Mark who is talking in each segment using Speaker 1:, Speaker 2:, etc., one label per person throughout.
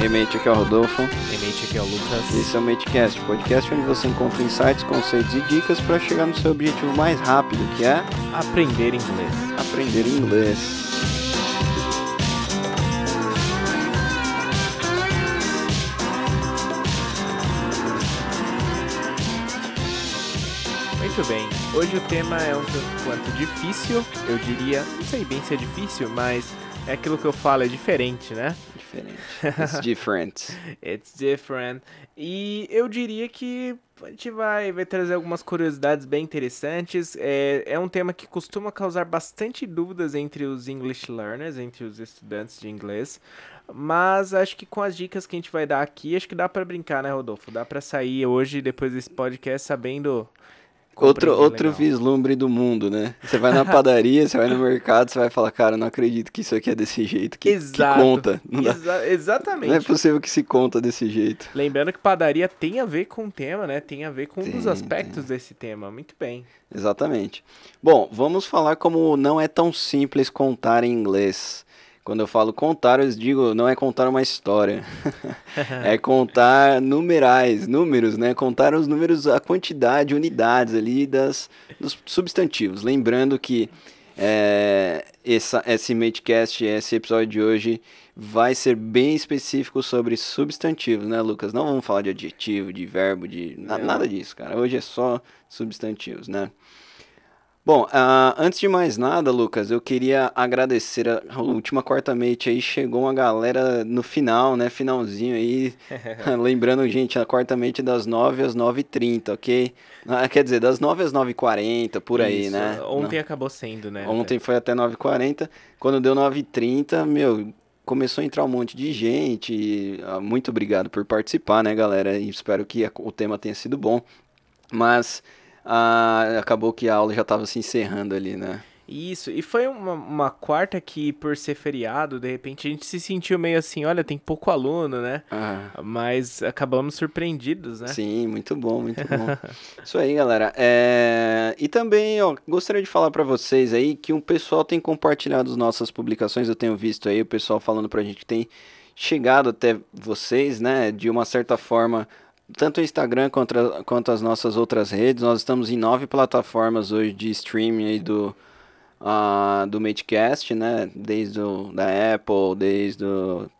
Speaker 1: Remate aqui é o Rodolfo.
Speaker 2: Remate aqui é o Lucas.
Speaker 1: Esse é o Matecast, podcast onde você encontra insights, conceitos e dicas para chegar no seu objetivo mais rápido, que é
Speaker 2: aprender inglês.
Speaker 1: Aprender inglês.
Speaker 2: Muito bem, hoje o tema é um tanto quanto difícil, eu diria, não sei bem se é difícil, mas é aquilo que eu falo, é diferente, né?
Speaker 1: Diferente. It's different.
Speaker 2: It's different. E eu diria que a gente vai, vai trazer algumas curiosidades bem interessantes. É, é um tema que costuma causar bastante dúvidas entre os English learners, entre os estudantes de inglês. Mas acho que com as dicas que a gente vai dar aqui, acho que dá para brincar, né, Rodolfo? Dá para sair hoje, depois desse podcast, sabendo
Speaker 1: Outro,
Speaker 2: compreender
Speaker 1: outro
Speaker 2: legal.
Speaker 1: vislumbre do mundo, né? Você vai na padaria, você vai no mercado, você vai falar, cara, eu não acredito que isso aqui é desse jeito, que, que
Speaker 2: Exato.
Speaker 1: conta. Não, dá-
Speaker 2: Exa-
Speaker 1: não é
Speaker 2: exatamente.
Speaker 1: possível que se conta desse jeito.
Speaker 2: Lembrando que padaria tem a ver com o tema, né? Tem a ver com um dos
Speaker 1: Tem,
Speaker 2: aspectos desse tema. Muito bem.
Speaker 1: Exatamente. Bom, vamos falar como não é tão simples contar em inglês. Quando eu falo contar, eu digo não é contar uma história. é contar numerais, números, né? Contar os números, a quantidade, unidades ali das, dos substantivos. Lembrando que é, essa, esse Matecast, esse episódio de hoje, vai ser bem específico sobre substantivos, né, Lucas? Não vamos falar de adjetivo, de verbo, de na-
Speaker 2: Não.
Speaker 1: nada disso, cara. Hoje é só substantivos, né? Bom, ah, antes de mais nada, Lucas, eu queria agradecer a, a última quarta-mate aí, chegou uma galera no final, né, finalzinho aí, lembrando, gente, a quarta-mate das 9 às 9h30, ok? Ah, quer dizer, das 9 às 9h40, por aí,
Speaker 2: Isso.
Speaker 1: né?
Speaker 2: Ontem acabou sendo, né?
Speaker 1: É. Ontem foi até 9h40. Quando deu 9h30, meu, começou a entrar um monte de gente. e, ah, Muito obrigado por participar, né, galera? E espero que a- o tema tenha sido bom. Mas ah, acabou que a aula já estava se encerrando ali, né?
Speaker 2: Isso, e foi uma, uma quarta que, por ser feriado, de repente a gente se sentiu meio assim, olha, tem pouco aluno, né?
Speaker 1: Ah,
Speaker 2: Mas acabamos surpreendidos, né?
Speaker 1: Sim, muito bom, muito bom. Isso aí, galera. É, E também, ó, gostaria de falar pra vocês aí que um pessoal tem compartilhado as nossas publicações. Eu tenho visto aí o pessoal falando pra gente que tem chegado até vocês, né? De uma certa forma, tanto o Instagram quanto, a- quanto as nossas outras redes. Nós estamos em nove plataformas hoje de streaming aí do. ah, do Matecast, né? Desde o, da Apple, desde o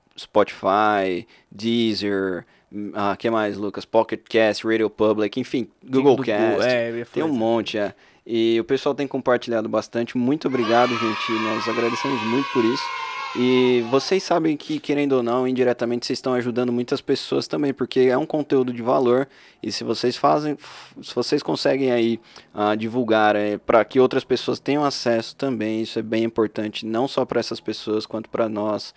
Speaker 1: Spotify, Deezer, hum, ah, que mais, Lucas? Pocket Cast, Radio Public, enfim,
Speaker 2: Tem o
Speaker 1: Google
Speaker 2: do Gu-
Speaker 1: Cast.
Speaker 2: é, eu ia
Speaker 1: Tem um
Speaker 2: falar isso.
Speaker 1: monte, é. E o pessoal tem compartilhado bastante. Muito obrigado, gente. Nós agradecemos muito por isso. E vocês sabem que, querendo ou não, indiretamente vocês estão ajudando muitas pessoas também, porque é um conteúdo de valor. E se vocês fazem, se vocês conseguem aí ah, divulgar para que outras pessoas tenham acesso também, isso é bem importante, não só para essas pessoas, quanto para nós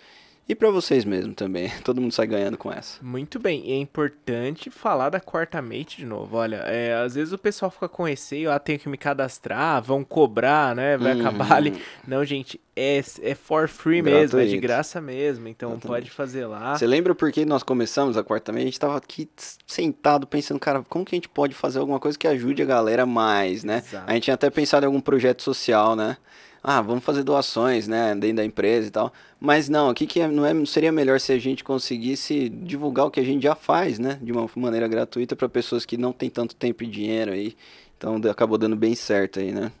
Speaker 1: e para vocês mesmo também. Todo mundo sai ganhando com essa.
Speaker 2: Muito bem, e é importante falar da quarta mate de novo. Olha, é, às vezes o pessoal fica com receio, ah, tenho que me cadastrar, vão cobrar, né? Vai
Speaker 1: Uhum.
Speaker 2: acabar ali. Não, gente, é, é for free mesmo, é de
Speaker 1: Gratuito.
Speaker 2: graça mesmo, então pode
Speaker 1: Exatamente.
Speaker 2: fazer lá.
Speaker 1: Você lembra por que nós começamos a quarta meia? A gente tava aqui s- sentado pensando, cara, como que a gente pode fazer alguma coisa que ajude a galera mais, né?
Speaker 2: Exato.
Speaker 1: A gente tinha até pensado em algum projeto social, né? Ah, vamos fazer doações, né, dentro da empresa e tal. Mas não, o que que é- não é, não seria melhor se a gente conseguisse divulgar o que a gente já faz, né, de uma maneira gratuita para pessoas que não têm tanto tempo e dinheiro aí. Então deu- acabou dando bem certo aí, né?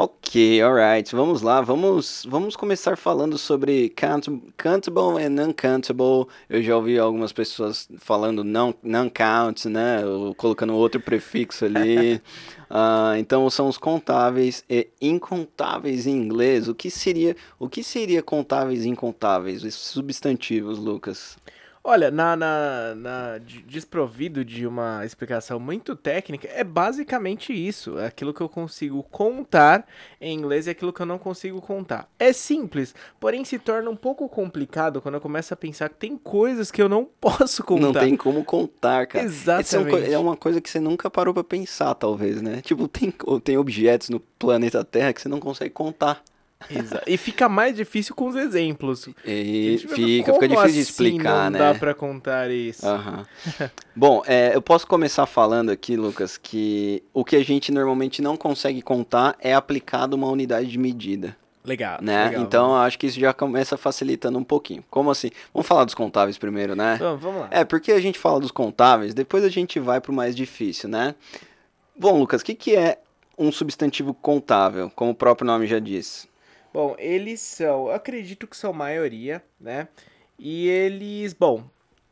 Speaker 1: Ok, alright, vamos lá, vamos, vamos começar falando sobre count, countable and uncountable. Eu já ouvi algumas pessoas falando não, não counts, né? Ou colocando outro prefixo ali. Ah, então são os contáveis e incontáveis em inglês. O que seria, o que seria contáveis e incontáveis? Esses substantivos, Lucas.
Speaker 2: Olha, na, na, na- de- desprovido de uma explicação muito técnica, é basicamente isso. É aquilo que eu consigo contar em inglês e aquilo que eu não consigo contar. É simples, porém se torna um pouco complicado quando eu começo a pensar que tem coisas que eu não posso contar.
Speaker 1: Não tem como contar, cara. Essa é uma
Speaker 2: Exatamente.
Speaker 1: coi- é uma coisa que você nunca parou pra pensar, talvez, né? Tipo, tem, co- tem objetos no planeta Terra que você não consegue contar.
Speaker 2: Exa- E fica mais difícil com os exemplos.
Speaker 1: E
Speaker 2: Gente, mas
Speaker 1: fica,
Speaker 2: como
Speaker 1: fica difícil de
Speaker 2: assim
Speaker 1: explicar,
Speaker 2: não
Speaker 1: né? Ah,
Speaker 2: dá pra contar isso.
Speaker 1: Aham. Bom, é, eu posso começar falando aqui, Lucas, que o que a gente normalmente não consegue contar é aplicado uma unidade de medida.
Speaker 2: Legal,
Speaker 1: né?
Speaker 2: legal.
Speaker 1: então eu acho que isso já começa facilitando um pouquinho. Como assim? Vamos falar dos contáveis primeiro, né?
Speaker 2: Vamos, vamos lá.
Speaker 1: É, porque a gente fala dos contáveis, depois a gente vai pro mais difícil, né? Bom, Lucas, o que, que é um substantivo contável, como o próprio nome já diz?
Speaker 2: Bom, eles são, eu acredito que são maioria, né? E eles, bom,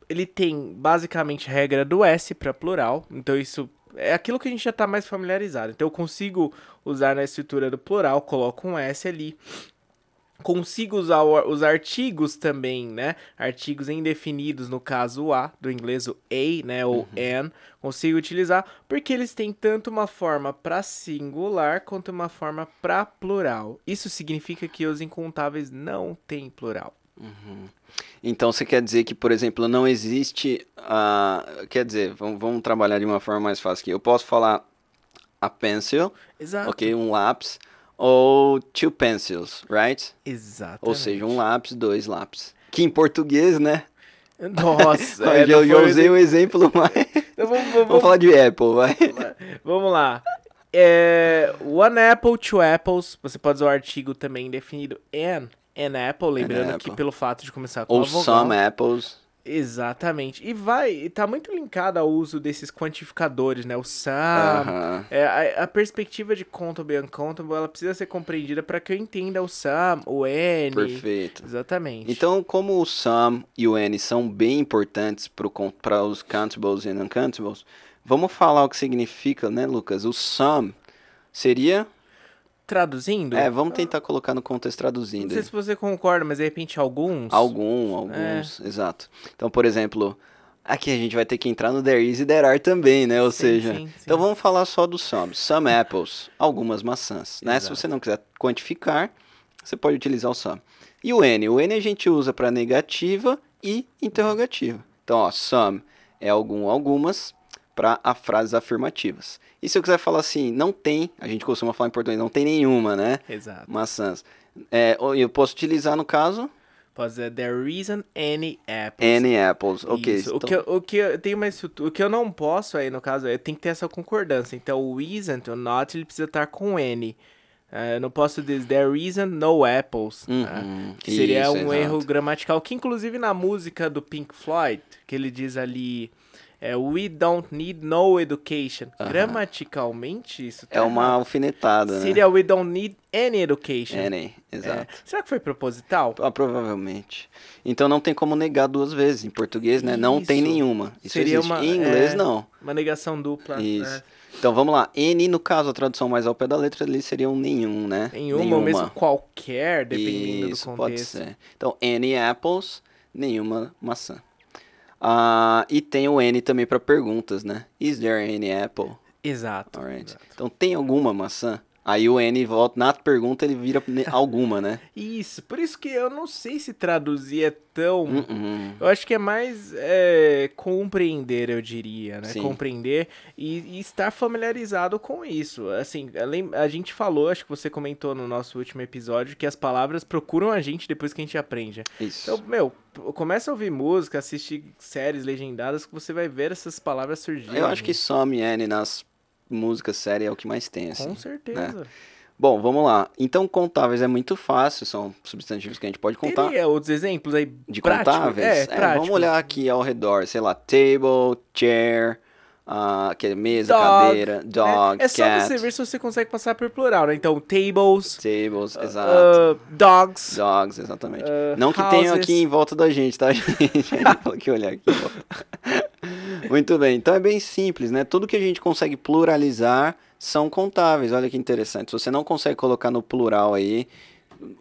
Speaker 2: ele tem basicamente regra do S para plural, então isso é aquilo que a gente já está mais familiarizado. Então eu consigo usar na estrutura do plural, coloco um S ali. Consigo usar o- os artigos também, né? Artigos indefinidos, no caso o A, do inglês o A, né? Ou an. Consigo utilizar, porque eles têm tanto uma forma para singular quanto uma forma para plural. Isso significa que os incontáveis não têm plural.
Speaker 1: Então você quer dizer que, por exemplo, não existe. ah, quer dizer, vamos, vamos trabalhar de uma forma mais fácil aqui. Eu posso falar a pencil,
Speaker 2: Exato.
Speaker 1: ok? Um lápis, ou two pencils, right?
Speaker 2: Exatamente.
Speaker 1: Ou seja, um lápis, dois lápis. Que em português, né?
Speaker 2: Nossa, é,
Speaker 1: eu
Speaker 2: não
Speaker 1: já
Speaker 2: foi-
Speaker 1: usei o exemplo, mas.
Speaker 2: Então vamos, vamos-
Speaker 1: Vamos falar de Apple, vai.
Speaker 2: vamos lá. É, one apple, two apples. Você pode usar o artigo também definido an, an apple, lembrando que
Speaker 1: apple.
Speaker 2: pelo fato de começar com
Speaker 1: Ou
Speaker 2: a vogal.
Speaker 1: some apples.
Speaker 2: Exatamente. E vai, e tá muito linkado ao uso desses quantificadores, né? O sum.
Speaker 1: Aham.
Speaker 2: É, a, a perspectiva de countable e uncountable, ela precisa ser compreendida para que eu entenda o sum, o n.
Speaker 1: Perfeito.
Speaker 2: Exatamente.
Speaker 1: Então, como o sum e o n são bem importantes para os countables e uncountables, vamos falar o que significa, né, Lucas? O sum seria.
Speaker 2: traduzindo,
Speaker 1: É, vamos tentar colocar no contexto
Speaker 2: não
Speaker 1: traduzindo.
Speaker 2: sei
Speaker 1: aí.
Speaker 2: se você concorda, mas de repente alguns. é.
Speaker 1: Algum, alguns, exato. Então, por exemplo, aqui a gente vai ter que entrar no there is e there are também, né? Ou
Speaker 2: Sim,
Speaker 1: seja,
Speaker 2: sim, sim.
Speaker 1: então vamos falar só do sum. Some apples, algumas maçãs, né? Se
Speaker 2: Exato.
Speaker 1: você não quiser quantificar, você pode utilizar o sum. E o n? O n a gente usa para negativa e interrogativa. Então, ó, some é algum, algumas, para a frases afirmativas. E se eu quiser falar assim, não tem, a gente costuma falar em português, não tem nenhuma, né?
Speaker 2: Exato.
Speaker 1: Maçãs. É, ou eu posso utilizar no caso
Speaker 2: Pode ser there isn't any apples.
Speaker 1: N apples, ok.
Speaker 2: Isso. O,
Speaker 1: então-
Speaker 2: que, eu- o que eu tenho uma estrutura, o que eu não posso aí no caso, eu tenho que ter essa concordância. Então o isn't, o not, ele precisa estar com n. Ah, eu não posso dizer there isn't no apples. tá?
Speaker 1: Uhum,
Speaker 2: Que seria
Speaker 1: isso,
Speaker 2: um
Speaker 1: exato.
Speaker 2: erro gramatical, que inclusive na música do Pink Floyd, que ele diz ali, é, we don't need no education.
Speaker 1: Aham.
Speaker 2: Gramaticalmente isso tá
Speaker 1: É uma
Speaker 2: errado.
Speaker 1: alfinetada, né?
Speaker 2: Seria we don't need any education.
Speaker 1: N,
Speaker 2: É.
Speaker 1: exato.
Speaker 2: Será que foi proposital?
Speaker 1: Ah, provavelmente. Então não tem como negar duas vezes em português, né? Não tem
Speaker 2: Isso.
Speaker 1: nenhuma. Isso
Speaker 2: Seria
Speaker 1: existe.
Speaker 2: uma-
Speaker 1: em inglês,
Speaker 2: é.
Speaker 1: não.
Speaker 2: Uma negação dupla.
Speaker 1: Isso.
Speaker 2: né?
Speaker 1: Então vamos lá. N, no caso, a tradução mais ao pé da letra ali seria um nenhum, né?
Speaker 2: Nenhuma, ou mesmo qualquer, dependendo
Speaker 1: Isso,
Speaker 2: do contexto.
Speaker 1: pode ser. Então, N apples, nenhuma maçã. Ah, e tem o N também para perguntas, né? Is there any apple?
Speaker 2: Exato.
Speaker 1: Alright.
Speaker 2: exato.
Speaker 1: Então tem alguma maçã? Aí o N volta, na pergunta ele vira ne- alguma, né?
Speaker 2: Isso, por isso que eu não sei se traduzir é tão.
Speaker 1: Hum, hum.
Speaker 2: Eu acho que é mais é, compreender, eu diria, né?
Speaker 1: Sim.
Speaker 2: Compreender e, e estar familiarizado com isso. Assim, além- a gente falou, acho que você comentou no nosso último episódio, que as palavras procuram a gente depois que a gente aprende.
Speaker 1: Isso.
Speaker 2: Então, meu, p- começa a ouvir música, assistir séries legendadas que você vai ver essas palavras surgirem.
Speaker 1: Eu acho que some N nas músicas séries é o que mais tem, assim.
Speaker 2: Com certeza.
Speaker 1: Bom, vamos lá. Então contáveis é muito fácil, são substantivos que a gente pode contar.
Speaker 2: Teria outros exemplos aí
Speaker 1: De
Speaker 2: práticos?
Speaker 1: contáveis?
Speaker 2: É, práticos.
Speaker 1: vamos olhar aqui ao redor, sei lá, table, chair, ah, que é mesa,
Speaker 2: Dog,
Speaker 1: cadeira,
Speaker 2: né?
Speaker 1: dog,
Speaker 2: É só
Speaker 1: cat,
Speaker 2: você ver se você consegue passar por plural, né? Então, tables,
Speaker 1: tables, exato.
Speaker 2: uh, dogs,
Speaker 1: Dogs, exatamente.
Speaker 2: uh,
Speaker 1: Não que tenham
Speaker 2: houses.
Speaker 1: aqui em volta da gente, tá, gente? Tem que olhar aqui. em volta. Muito bem, então é bem simples, né? Tudo que a gente consegue pluralizar são contáveis. Olha que interessante. Se você não consegue colocar no plural aí,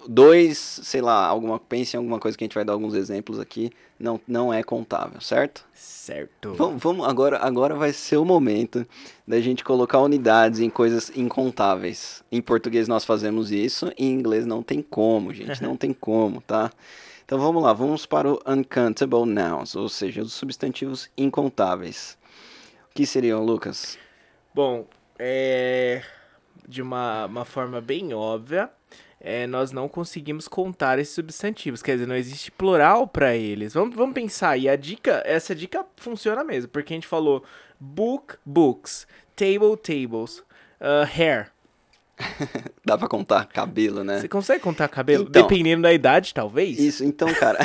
Speaker 1: dois, sei lá, alguma, pense em alguma coisa que a gente vai dar alguns exemplos aqui, não, não é contável, certo?
Speaker 2: Certo.
Speaker 1: Vamos, vamos agora, agora vai ser o momento da gente colocar unidades em coisas incontáveis. Em português nós fazemos isso, em inglês não tem como, gente, não tem como, tá? Então vamos lá, vamos para o uncountable nouns, ou seja, os substantivos incontáveis. O que seriam, Lucas?
Speaker 2: Bom, é... de uma, uma forma bem óbvia, é, nós não conseguimos contar esses substantivos. Quer dizer, não existe plural pra eles. Vamos, vamos pensar aí. A dica, essa dica funciona mesmo, porque a gente falou book, books, table, tables, uh, hair,
Speaker 1: Dá pra contar cabelo, né?
Speaker 2: Você consegue contar cabelo?
Speaker 1: Então.
Speaker 2: Dependendo da idade, talvez?
Speaker 1: Isso, então, cara.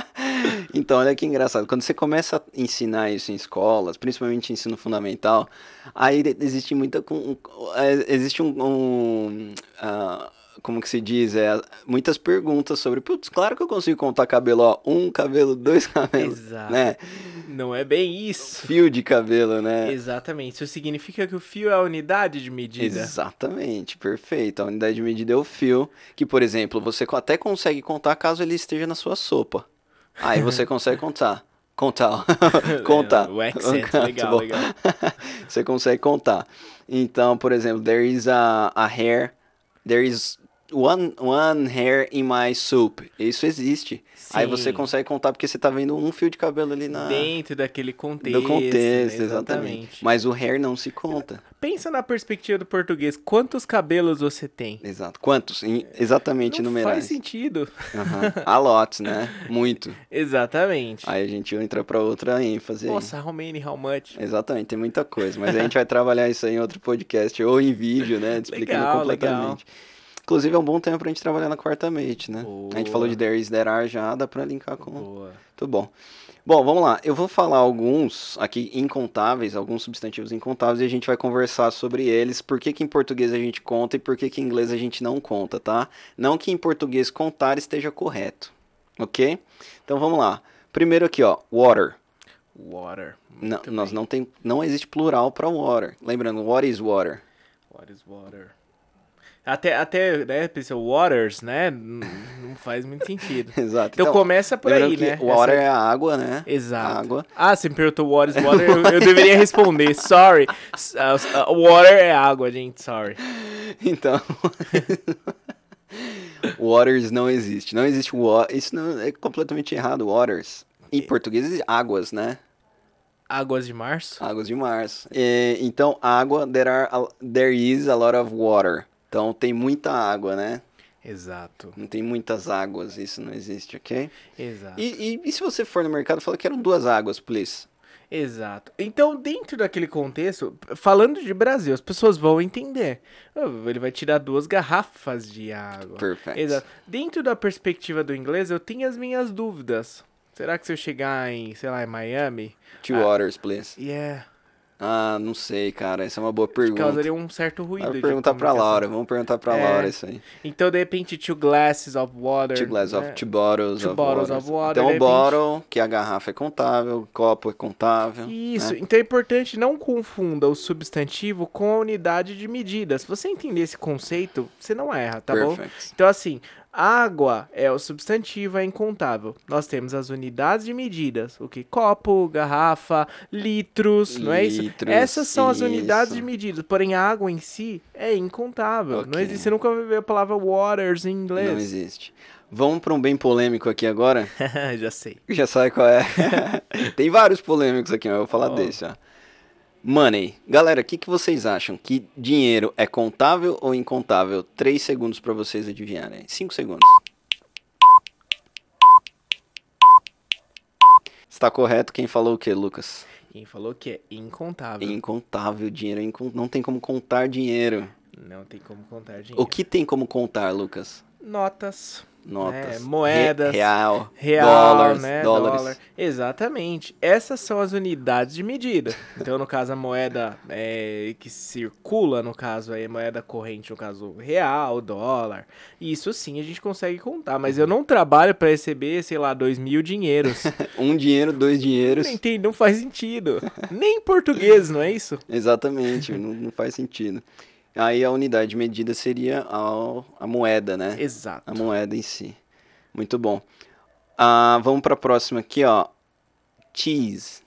Speaker 1: então, olha que engraçado. Quando você começa a ensinar isso em escolas, principalmente ensino fundamental, aí de- existe muita. com- é, Existe um. um, ah, como que se diz? É, muitas perguntas sobre. Putz, claro que eu consigo contar cabelo, ó. Um cabelo, dois cabelos.
Speaker 2: Exato.
Speaker 1: Né?
Speaker 2: Não é bem isso.
Speaker 1: Fio de cabelo, né?
Speaker 2: Exatamente. Isso significa que o fio é a unidade de medida.
Speaker 1: Exatamente, perfeito. A unidade de medida é o fio, que, por exemplo, você co- até consegue contar caso ele esteja na sua sopa. Aí você consegue contar. Contar. contar.
Speaker 2: O é, accent,
Speaker 1: Tá
Speaker 2: legal,
Speaker 1: bom.
Speaker 2: legal.
Speaker 1: você consegue contar. Então, por exemplo, there is a, a hair. There is one, one hair in my soup. Isso existe. Aí você
Speaker 2: Sim.
Speaker 1: consegue contar porque você tá vendo um fio de cabelo ali na.
Speaker 2: Dentro daquele contexto.
Speaker 1: do contexto,
Speaker 2: né?
Speaker 1: exatamente. Mas o hair não se conta.
Speaker 2: Pensa na perspectiva do português. Quantos cabelos você tem?
Speaker 1: Exato. Quantos? Em- exatamente
Speaker 2: Não
Speaker 1: numerais.
Speaker 2: faz sentido.
Speaker 1: Aham. A lotes, né? Muito.
Speaker 2: Exatamente.
Speaker 1: Aí a gente entra pra outra ênfase aí.
Speaker 2: Nossa, how many, how much?
Speaker 1: Exatamente, tem muita coisa, mas a gente vai trabalhar isso aí em outro podcast ou em vídeo, né? Explicando
Speaker 2: Legal,
Speaker 1: completamente. Inclusive é um bom tema pra gente trabalhar na quarta-mate, né? A gente falou de
Speaker 2: Boa.
Speaker 1: There is There Are já, dá pra linkar com
Speaker 2: Boa.
Speaker 1: Muito bom. Bom, vamos lá. Eu vou falar alguns aqui incontáveis, alguns substantivos incontáveis, e a gente vai conversar sobre eles, por que, que em português a gente conta e por que, que em inglês a gente não conta, tá? Não que em português contar esteja correto, ok? Então vamos lá. Primeiro aqui, ó, water.
Speaker 2: Water.
Speaker 1: Não,
Speaker 2: Muito
Speaker 1: nós
Speaker 2: bem.
Speaker 1: não tem, não existe plural para water. Lembrando, what is water?
Speaker 2: What is water? Até, até né, pessoal, waters, né? N- Não faz muito sentido.
Speaker 1: Exato.
Speaker 2: Então, começa por
Speaker 1: lembrando
Speaker 2: aí,
Speaker 1: que
Speaker 2: né?
Speaker 1: water
Speaker 2: Essa-
Speaker 1: é a água, né?
Speaker 2: Exato.
Speaker 1: água.
Speaker 2: Ah, você me perguntou what is water, eu, eu deveria responder. Sorry. S- ah, s- ah, water é água, gente, sorry.
Speaker 1: Então. waters não existe. Não existe wa Isso não, é completamente errado, waters. Em português, águas, né?
Speaker 2: Águas de março?
Speaker 1: Águas de março. É, então, água, there, are a- there is a lot of water. Então, tem muita água, né?
Speaker 2: Exato,
Speaker 1: Não tem muitas águas, isso não existe, ok?
Speaker 2: exato.
Speaker 1: E, e, e se você for no mercado e falar, quero duas águas, please.
Speaker 2: Exato. Então, dentro daquele contexto, falando de Brasil, as pessoas vão entender. Oh, Ele vai tirar duas garrafas de água.
Speaker 1: Perfect.
Speaker 2: Exato. Dentro da perspectiva do inglês, eu tenho as minhas dúvidas. Será que se eu chegar em, sei lá, em Miami?
Speaker 1: Two waters, please.
Speaker 2: Yeah.
Speaker 1: Ah, não sei, cara. Essa é uma boa
Speaker 2: acho que
Speaker 1: pergunta.
Speaker 2: Causaria um certo ruído.
Speaker 1: Vamos
Speaker 2: de
Speaker 1: perguntar pra
Speaker 2: comunicação.
Speaker 1: Laura. Vamos perguntar pra
Speaker 2: É.
Speaker 1: Laura isso aí.
Speaker 2: Então, de repente, two glasses of water.
Speaker 1: Two glasses
Speaker 2: né?
Speaker 1: of two bottles,
Speaker 2: Two
Speaker 1: of,
Speaker 2: bottles
Speaker 1: water.
Speaker 2: of water, é
Speaker 1: Então
Speaker 2: de
Speaker 1: o
Speaker 2: repente.
Speaker 1: bottle, que a garrafa é contável, o copo é contável.
Speaker 2: Isso,
Speaker 1: né?
Speaker 2: então é importante não confunda o substantivo com a unidade de medida. Se você entender esse conceito, você não erra, tá bom?
Speaker 1: Perfect.
Speaker 2: Então, assim, água é o substantivo, é incontável. Nós temos as unidades de medidas, o que? Copo, garrafa, litros, não é isso?
Speaker 1: Litros,
Speaker 2: Essas são as
Speaker 1: isso.
Speaker 2: unidades de medidas, porém a água em si é incontável. Não
Speaker 1: Ok.
Speaker 2: existe, você nunca vai ver a palavra waters em
Speaker 1: Não
Speaker 2: inglês.
Speaker 1: existe. Vamos pra um bem polêmico aqui agora.
Speaker 2: Já sei.
Speaker 1: que Já sabe qual é. Tem vários polêmicos aqui, mas eu vou falar
Speaker 2: Oh.
Speaker 1: desse, ó. Money. Galera, o que, que vocês acham? Que dinheiro é contável ou incontável? Três segundos pra vocês adivinharem. Cinco segundos. Está correto quem falou o quê, Lucas?
Speaker 2: Quem falou que é incontável.
Speaker 1: Incontável dinheiro, é incon- não tem como contar dinheiro.
Speaker 2: Não tem como contar dinheiro.
Speaker 1: O que tem como contar, Lucas?
Speaker 2: Notas.
Speaker 1: Notas,
Speaker 2: É, moedas,
Speaker 1: re- real,
Speaker 2: Real,
Speaker 1: dólares,
Speaker 2: né?
Speaker 1: dólares.
Speaker 2: Dólar. Exatamente. Essas são as unidades de medida. Então, no caso, a moeda é, que circula, no caso, aí, a moeda corrente, no caso, real, dólar. Isso sim a gente consegue contar. Mas eu não trabalho para receber, sei lá, dois mil dinheiros.
Speaker 1: um dinheiro, dois dinheiros.
Speaker 2: não entendo, não faz sentido. Nem em português, não é isso?
Speaker 1: Exatamente, não, não faz sentido. Aí a unidade de medida seria a, a moeda, né?
Speaker 2: Exato.
Speaker 1: A moeda em si. Muito bom. Ah, vamos para a próxima aqui, ó. Cheese.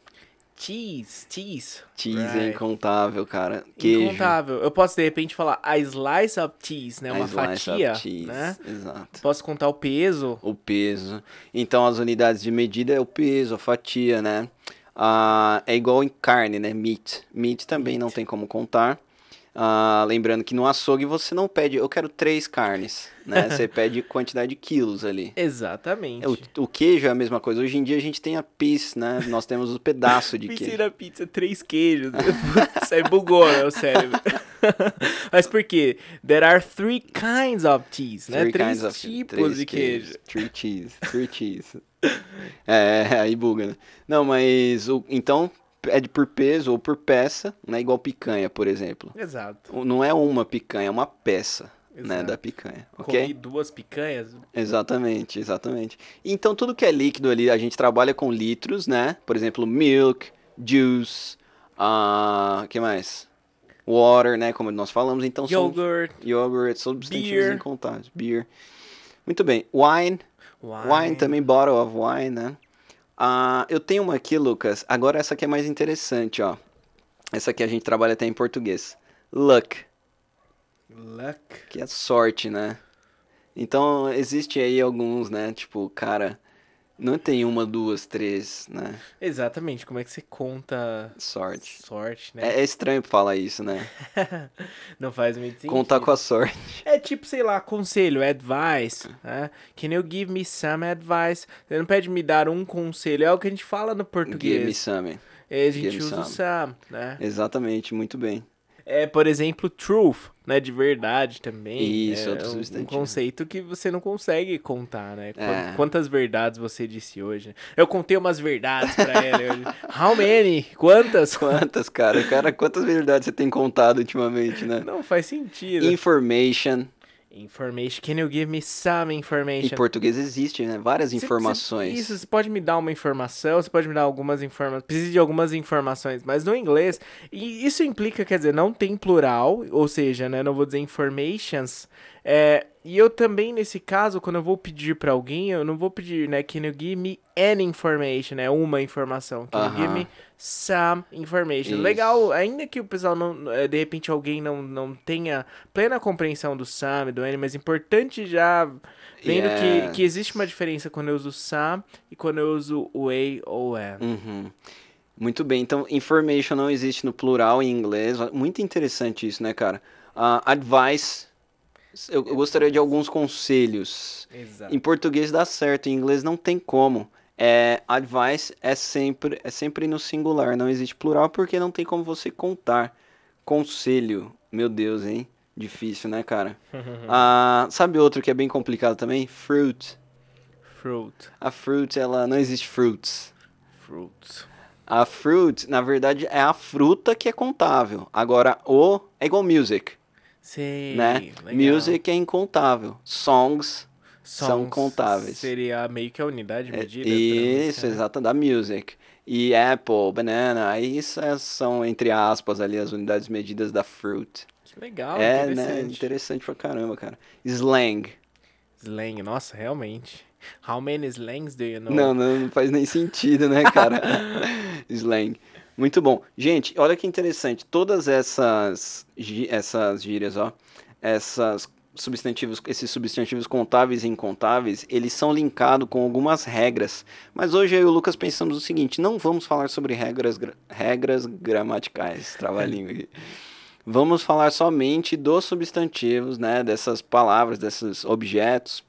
Speaker 2: Cheese, cheese.
Speaker 1: Cheese é
Speaker 2: Right.
Speaker 1: incontável, cara. Queijo.
Speaker 2: Incontável. Eu posso, de repente, falar a slice of cheese, né?
Speaker 1: a
Speaker 2: Uma
Speaker 1: slice of
Speaker 2: fatia,
Speaker 1: é cheese,
Speaker 2: né?
Speaker 1: Exato.
Speaker 2: Posso contar o peso.
Speaker 1: O peso. Então as unidades de medida é o peso, a fatia, né? Ah, é igual em carne, né? Meat. Meat também não tem como contar. Ah, lembrando que no açougue você não pede, eu quero três carnes, né? Você pede quantidade de quilos ali.
Speaker 2: Exatamente.
Speaker 1: O, o queijo é a mesma coisa. Hoje em dia a gente tem a pis, né? Nós temos o pedaço de
Speaker 2: Pensei
Speaker 1: queijo.
Speaker 2: na pizza, três queijos. Isso aí bugou meu cérebro. Mas por quê? There are three kinds of cheese, né?
Speaker 1: Three
Speaker 2: três
Speaker 1: kinds of-
Speaker 2: tipos
Speaker 1: três
Speaker 2: de
Speaker 1: queijos.
Speaker 2: queijo.
Speaker 1: Three cheese, three cheese. É, aí buga, né? Não, mas o, então pede por peso ou por peça, né? Igual picanha, por exemplo.
Speaker 2: Exato.
Speaker 1: Não é uma picanha, é uma peça, né?
Speaker 2: Exato.
Speaker 1: Da picanha, ok?
Speaker 2: Comi duas picanhas.
Speaker 1: Exatamente, exatamente. Então tudo que é líquido ali, a gente trabalha com litros, né? Por exemplo, milk, juice, ah, que mais? Water, né? Como nós falamos, então
Speaker 2: Yogurt,
Speaker 1: são yogurt, substantivos
Speaker 2: Beer.
Speaker 1: incontáveis, beer. Muito bem, wine, wine,
Speaker 2: wine.
Speaker 1: também bottle of wine, né? Ah, eu tenho uma aqui, Lucas. Agora essa aqui é mais interessante, ó. Essa aqui a gente trabalha até em português. Luck
Speaker 2: Luck.
Speaker 1: que é sorte, né? Então, existe aí alguns, né? Tipo, cara, não tem uma, duas, três, né?
Speaker 2: Exatamente, como é que você conta
Speaker 1: Sorte.
Speaker 2: sorte, né?
Speaker 1: É, é estranho falar isso, né?
Speaker 2: Não faz muito sentido.
Speaker 1: Contar com a sorte.
Speaker 2: É tipo, sei lá, conselho, advice. Né? Can you give me some advice? Você não pede me dar um conselho, é o que a gente fala no
Speaker 1: Give me
Speaker 2: português.
Speaker 1: some.
Speaker 2: É, a gente
Speaker 1: give me
Speaker 2: usa o some, né?
Speaker 1: Exatamente, muito bem.
Speaker 2: É, por exemplo, truth, né? De verdade também.
Speaker 1: Isso,
Speaker 2: é
Speaker 1: outro
Speaker 2: um- um,
Speaker 1: substantivo.
Speaker 2: conceito que você não consegue contar, né? Quan-
Speaker 1: É.
Speaker 2: Quantas verdades você disse hoje? né? Eu contei umas verdades pra ela hoje. How many? Quantas?
Speaker 1: Quantas, cara? Cara, quantas verdades você tem contado ultimamente, né?
Speaker 2: Não faz sentido.
Speaker 1: Information.
Speaker 2: Information. Can you give me some
Speaker 1: Em
Speaker 2: information?
Speaker 1: português existe, né? Várias
Speaker 2: Cê- cê-
Speaker 1: informações.
Speaker 2: isso, você pode me dar uma informação, você pode me dar algumas informações. Preciso de algumas informações, mas no inglês. E isso implica, quer dizer, não tem plural, ou seja, né? Não vou dizer informations. É, e eu também, nesse caso, quando eu vou pedir pra alguém, eu não vou pedir, né? Can you give me an information? É uma informação. Can you give
Speaker 1: Aham.
Speaker 2: me some information?
Speaker 1: Isso.
Speaker 2: Legal, ainda que o pessoal não. eh, De repente alguém não, não tenha plena compreensão do some, do any, mas importante já Vendo que,
Speaker 1: Yeah.
Speaker 2: que existe uma diferença quando eu uso Sam e quando eu uso Way ou é. Am.
Speaker 1: Uhum. Muito bem, então information não existe no plural em inglês. Muito interessante isso, né, cara? Ah, advice. Eu, eu gostaria de alguns conselhos.
Speaker 2: Exato.
Speaker 1: Em português dá certo, em inglês não tem como. É, advice é sempre, é sempre no singular, não existe plural porque não tem como você contar. Conselho, meu Deus, hein? Difícil, né, cara? Ah, sabe outro que é bem complicado também? Fruit.
Speaker 2: Fruit.
Speaker 1: A fruit, ela não existe fruits.
Speaker 2: Fruit.
Speaker 1: A fruit, na verdade, é a fruta que é contável. Agora, o é igual music,
Speaker 2: Sei.
Speaker 1: né?
Speaker 2: legal.
Speaker 1: Music é incontável. Songs, são
Speaker 2: Songs
Speaker 1: contáveis.
Speaker 2: Seria meio que a unidade de
Speaker 1: é,
Speaker 2: medida. pra
Speaker 1: isso,
Speaker 2: música, né?
Speaker 1: exato, da music. E apple, banana, aí isso é- são, entre aspas, ali as unidades medidas da fruit.
Speaker 2: Que
Speaker 1: é,
Speaker 2: legal,
Speaker 1: né?
Speaker 2: Ah, interessante.
Speaker 1: Interessante pra caramba, cara. Slang.
Speaker 2: Slang, nossa, realmente. How many slangs do you know?
Speaker 1: Não, não, não faz nem sentido, né, cara? Slang. Muito bom. Gente, olha que interessante. Todas essas, gí- essas gírias, ó, essas substantivos, esses substantivos contáveis e incontáveis, eles são linkados com algumas regras. Mas hoje eu e o Lucas pensamos o seguinte: não vamos falar sobre regras, gra- regras gramaticais, trava-língua aqui. Vamos falar somente dos substantivos, né? Dessas palavras, desses objetos.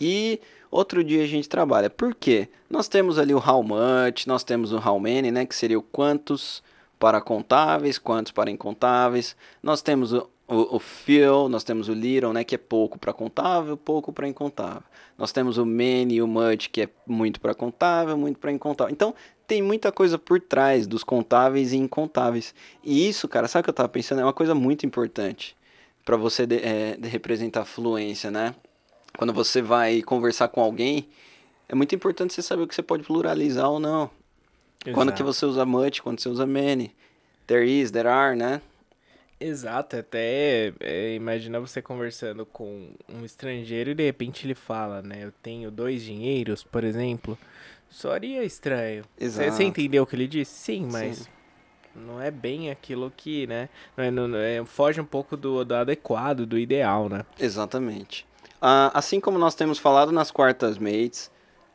Speaker 1: E outro dia a gente trabalha. Por quê? Nós temos ali o how much, nós temos o how many, né? Que seria o quantos para contáveis, quantos para incontáveis. Nós temos o, o, o few, nós temos o little, né? Que é pouco para contável, pouco para incontável. Nós temos o many e o much, que é muito para contável, muito para incontável. Então, tem muita coisa por trás dos contáveis e incontáveis. E isso, cara, sabe o que eu tava pensando? É uma coisa muito importante para você de- eh, de representar fluência, né? quando você vai conversar com alguém, é muito importante você saber o que você pode pluralizar ou não. Quando que
Speaker 2: Exato.
Speaker 1: você usa much, quando você usa many. There is, there are, né?
Speaker 2: Exato, até é, imagina você conversando com um estrangeiro e de repente ele fala, né? Eu tenho dois dinheiros, por exemplo. Soaria estranho. Você,
Speaker 1: Exato.
Speaker 2: entendeu o que ele disse? Sim, mas
Speaker 1: Sim.
Speaker 2: não é bem aquilo que, né? Não é, não- não é- foge um pouco do, do adequado, do ideal, né?
Speaker 1: Exatamente. Ah, assim como nós temos falado nas quartas mates,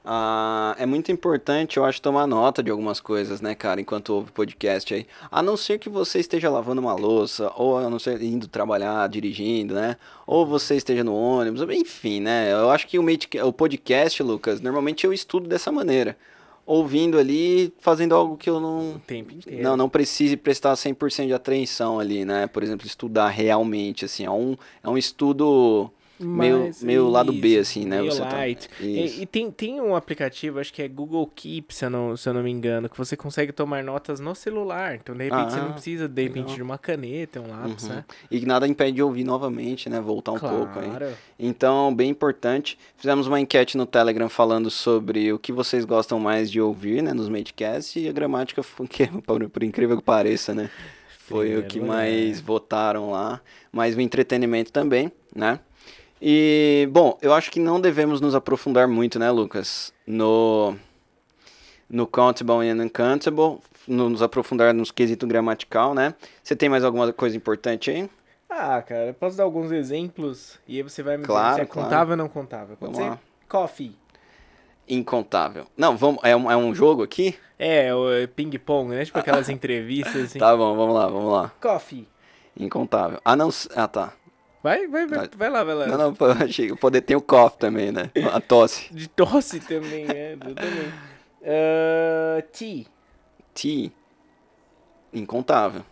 Speaker 1: Ah, é muito importante, eu acho, tomar nota de algumas coisas, né, cara, enquanto ouve podcast aí. A não ser que você esteja lavando uma louça, ou a não ser indo trabalhar, dirigindo, né? Ou você esteja no ônibus, enfim, né? Eu acho que o medca- o podcast, Lucas, normalmente eu estudo dessa maneira. Ouvindo ali, fazendo algo que eu não,
Speaker 2: O tempo inteiro.
Speaker 1: não, não precise prestar 100% de atenção ali, né? Por exemplo, estudar realmente, assim, é um, é um estudo meio,
Speaker 2: Mas-
Speaker 1: meio lado B,
Speaker 2: isso,
Speaker 1: assim, né?
Speaker 2: meio
Speaker 1: Você tá-
Speaker 2: light.
Speaker 1: Isso.
Speaker 2: E, e tem, tem um aplicativo, acho que é Google Keep, se eu, não, se eu não me engano, que você consegue tomar notas no celular. Então, de repente, você
Speaker 1: Ah,
Speaker 2: não precisa, de repente,
Speaker 1: legal.
Speaker 2: de uma caneta, um lápis,
Speaker 1: Uhum.
Speaker 2: né?
Speaker 1: E que nada impede de ouvir novamente, né? Voltar um pouco aí.
Speaker 2: claro.
Speaker 1: Então, bem importante. Fizemos uma enquete no Telegram falando sobre o que vocês gostam mais de ouvir, né? Nos Madecasts e a gramática, foi- que, por, por incrível que pareça, né? Foi o
Speaker 2: Primeiro né?
Speaker 1: que
Speaker 2: lugar.
Speaker 1: mais votaram lá. Mas o entretenimento também, né? E, bom, eu acho que não devemos nos aprofundar muito, né, Lucas? No, no countable e no uncountable, no- nos aprofundar nos quesito gramatical, né? Você tem mais alguma coisa importante aí?
Speaker 2: Ah, cara, eu posso dar alguns exemplos e aí você vai me
Speaker 1: Claro,
Speaker 2: dizer se é
Speaker 1: claro.
Speaker 2: contável ou não contável. Pode
Speaker 1: Vamos
Speaker 2: ser?
Speaker 1: lá.
Speaker 2: Coffee.
Speaker 1: Incontável. Não, vamos, é um, é um jogo aqui?
Speaker 2: É, o é, ping-pong, né? Tipo aquelas entrevistas, assim.
Speaker 1: Tá bom, vamos lá, vamos lá.
Speaker 2: Coffee.
Speaker 1: Incontável. Ah, não. s- Ah, tá.
Speaker 2: Vai, vai, vai, vai lá, vai lá.
Speaker 1: Não, não, pô, achei que poder ter o cough também, né? A tosse.
Speaker 2: De tosse também, né? Eu também. Ah, tea.
Speaker 1: T. Incontável.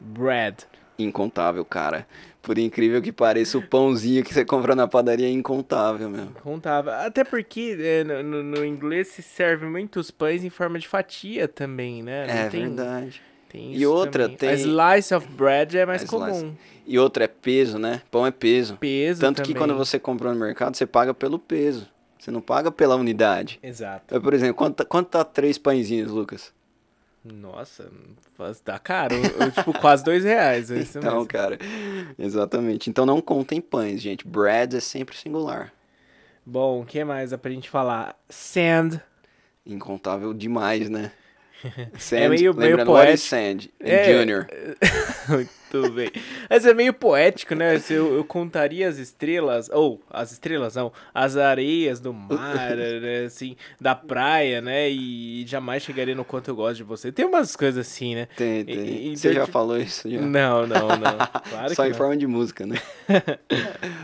Speaker 2: Bread.
Speaker 1: Incontável, cara. Por incrível que pareça, o pãozinho que você compra na padaria é incontável, meu.
Speaker 2: Contável. Até porque é, no, no- no inglês se serve muitos pães em forma de fatia também, né? Não
Speaker 1: É
Speaker 2: tem,
Speaker 1: verdade.
Speaker 2: tem
Speaker 1: E
Speaker 2: isso
Speaker 1: outra,
Speaker 2: também.
Speaker 1: tem-
Speaker 2: A slice of bread é mais
Speaker 1: A slice.
Speaker 2: comum.
Speaker 1: E outra é peso, né? Pão é peso.
Speaker 2: Peso
Speaker 1: Tanto que
Speaker 2: também.
Speaker 1: quando você compra no mercado, você paga pelo peso. Você não paga pela unidade.
Speaker 2: Exato.
Speaker 1: Então, Por exemplo, quanto, tá- quanto tá três pãezinhos, Lucas?
Speaker 2: Nossa, faz- tá caro. Eu, tipo, quase dois reais. É isso
Speaker 1: Então,
Speaker 2: mesmo.
Speaker 1: cara, exatamente. Então não contem pães, gente. Bread é sempre singular.
Speaker 2: Bom, o que mais dá pra gente falar? Sand.
Speaker 1: Incontável demais, né? Sand,
Speaker 2: É meio- meio
Speaker 1: lembrando, what is
Speaker 2: poético.
Speaker 1: Sand? And
Speaker 2: É.
Speaker 1: Junior.
Speaker 2: Muito bem. Mas é meio poético, né? Se Eu, eu contaria as estrelas, ou as estrelas não, as areias do mar, né? assim, da praia, né? E, jamais chegaria no quanto eu gosto de você. Tem umas coisas assim, né?
Speaker 1: Tem,
Speaker 2: E-
Speaker 1: tem.
Speaker 2: e-
Speaker 1: Você já
Speaker 2: então, tipo,
Speaker 1: falou isso? Já.
Speaker 2: Não, não, não. Claro
Speaker 1: Só
Speaker 2: que
Speaker 1: em
Speaker 2: não.
Speaker 1: forma de música, né?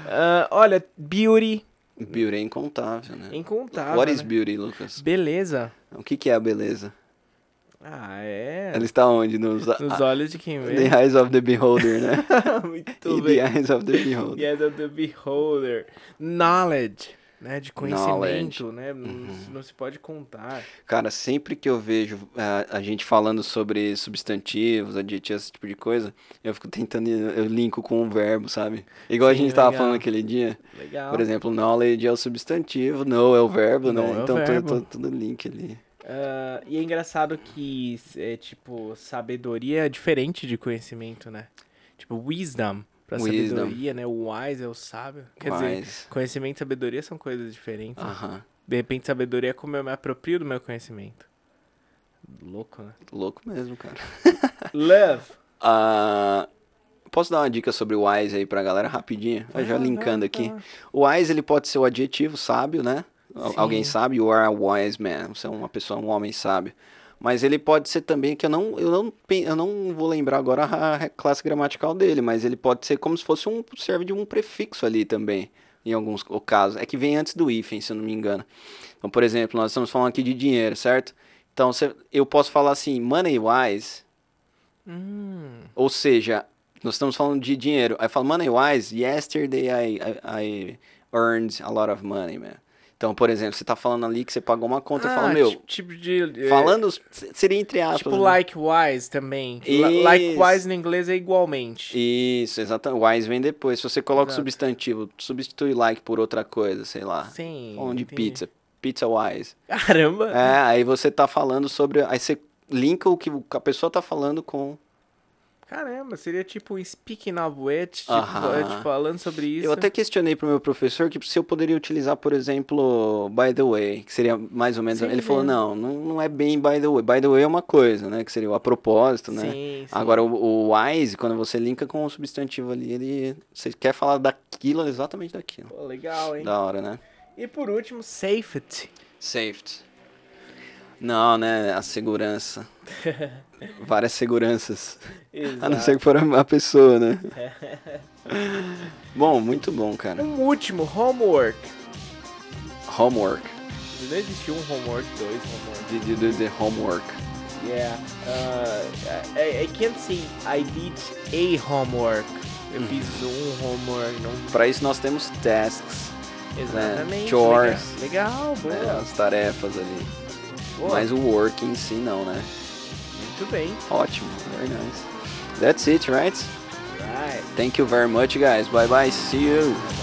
Speaker 2: Ah, olha, beauty,
Speaker 1: Beauty é incontável, né?
Speaker 2: incontável.
Speaker 1: What is
Speaker 2: né?
Speaker 1: beauty, Lucas?
Speaker 2: Beleza.
Speaker 1: O que, que é a beleza?
Speaker 2: Ah, é.
Speaker 1: Ela está onde? Nos,
Speaker 2: Nos
Speaker 1: a-
Speaker 2: olhos de quem vê.
Speaker 1: the eyes of the beholder, né? In
Speaker 2: Muito
Speaker 1: the
Speaker 2: bem.
Speaker 1: eyes of the beholder.
Speaker 2: Yes, of the beholder. Knowledge, né?
Speaker 1: Knowledge.
Speaker 2: De
Speaker 1: Uhum.
Speaker 2: conhecimento, né? Não, não se pode contar.
Speaker 1: Cara, sempre que eu vejo ah, a gente falando sobre substantivos, adjetivos, esse tipo de coisa, eu fico tentando, eu linko com o verbo, sabe? Igual a
Speaker 2: Sim,
Speaker 1: gente tava
Speaker 2: legal.
Speaker 1: falando aquele dia.
Speaker 2: Legal.
Speaker 1: Por exemplo, knowledge é o substantivo, no é o verbo, né?
Speaker 2: Know é o
Speaker 1: então tu-
Speaker 2: verbo.
Speaker 1: tu- tudo link ali.
Speaker 2: Ah, e é engraçado que, é, tipo, sabedoria é diferente de conhecimento, né? Tipo, wisdom pra
Speaker 1: Wisdom.
Speaker 2: sabedoria, né? O wise é o sábio. Quer dizer, ah.
Speaker 1: Mas,
Speaker 2: conhecimento e sabedoria são coisas diferentes.
Speaker 1: aham,
Speaker 2: De repente, sabedoria é como eu me aproprio do meu conhecimento. Louco, né?
Speaker 1: louco mesmo, cara.
Speaker 2: Love.
Speaker 1: Ah, posso dar uma dica sobre o wise aí pra galera rapidinho? Eu Tá já
Speaker 2: Vai lá,
Speaker 1: linkando
Speaker 2: Ah, vai
Speaker 1: aqui.
Speaker 2: lá.
Speaker 1: O wise, ele pode ser o adjetivo sábio, né? Al-
Speaker 2: Sim.
Speaker 1: Alguém sabe, you are a wise man. Você é uma pessoa, um homem sábio. Mas ele pode ser também, que eu não, eu não, pen- eu não vou lembrar agora a classe gramatical dele, mas ele pode ser como se fosse um, serve de um prefixo ali também, em alguns co- casos. É que vem antes do hífen, se eu não me engano. Então, por exemplo, nós estamos falando aqui de dinheiro, certo? Então, se- eu posso falar assim, money wise,
Speaker 2: Hum,
Speaker 1: ou seja, nós estamos falando de dinheiro. Aí fala, money wise, yesterday I, I, I earned a lot of money, man. Então, por exemplo, você tá falando ali que você pagou uma conta e
Speaker 2: ah,
Speaker 1: fala, meu,
Speaker 2: ti- tipo de... é,
Speaker 1: falando se- seria entre aspas.
Speaker 2: Tipo
Speaker 1: né?
Speaker 2: likewise também. Li-
Speaker 1: Isso.
Speaker 2: Likewise no inglês é igualmente.
Speaker 1: Isso, exatamente. Wise vem depois. Se você coloca o
Speaker 2: Exato.
Speaker 1: substantivo, substitui like por outra coisa, sei lá.
Speaker 2: Sim.
Speaker 1: Falando de
Speaker 2: entendi.
Speaker 1: ah, pizza. Pizza wise.
Speaker 2: Caramba.
Speaker 1: É, aí você tá falando sobre. Aí você linka o que a pessoa tá falando com.
Speaker 2: Caramba, seria tipo um speaking of which, tipo,
Speaker 1: Aham.
Speaker 2: é, tipo, falando sobre isso.
Speaker 1: Eu até questionei pro meu professor que se eu poderia utilizar, por exemplo, by the way, que seria mais ou menos.
Speaker 2: Sim, né?
Speaker 1: ele falou:
Speaker 2: sim.
Speaker 1: não, não, não é bem by the way. By the way é uma coisa, né? Que seria o a propósito, né?
Speaker 2: Sim, sim.
Speaker 1: Agora, o, o wise, quando você linka com o substantivo ali, ele. Você quer falar daquilo, exatamente daquilo.
Speaker 2: Pô, legal, hein?
Speaker 1: Da hora, né?
Speaker 2: E por último, safety.
Speaker 1: Safety. Não, né? A segurança. Várias seguranças. A não ser que for a pessoa, né? bom, muito bom, cara.
Speaker 2: Um último, homework.
Speaker 1: Homework.
Speaker 2: Não existiu um homework, dois homework.
Speaker 1: Did you do the homework?
Speaker 2: Yeah. Uh, I, I can't say I did a homework. Eu
Speaker 1: Uhum.
Speaker 2: fiz um homework, não.
Speaker 1: Pra isso nós temos tasks,
Speaker 2: Exatamente.
Speaker 1: né, chores.
Speaker 2: Legal, legal boa.
Speaker 1: né, as tarefas ali.
Speaker 2: boa.
Speaker 1: Mas o work em si não, né?
Speaker 2: Muito bem.
Speaker 1: Ótimo, very nice. That's it, right?
Speaker 2: Right.
Speaker 1: Thank you very much, guys. Bye bye, see you.
Speaker 2: Bye.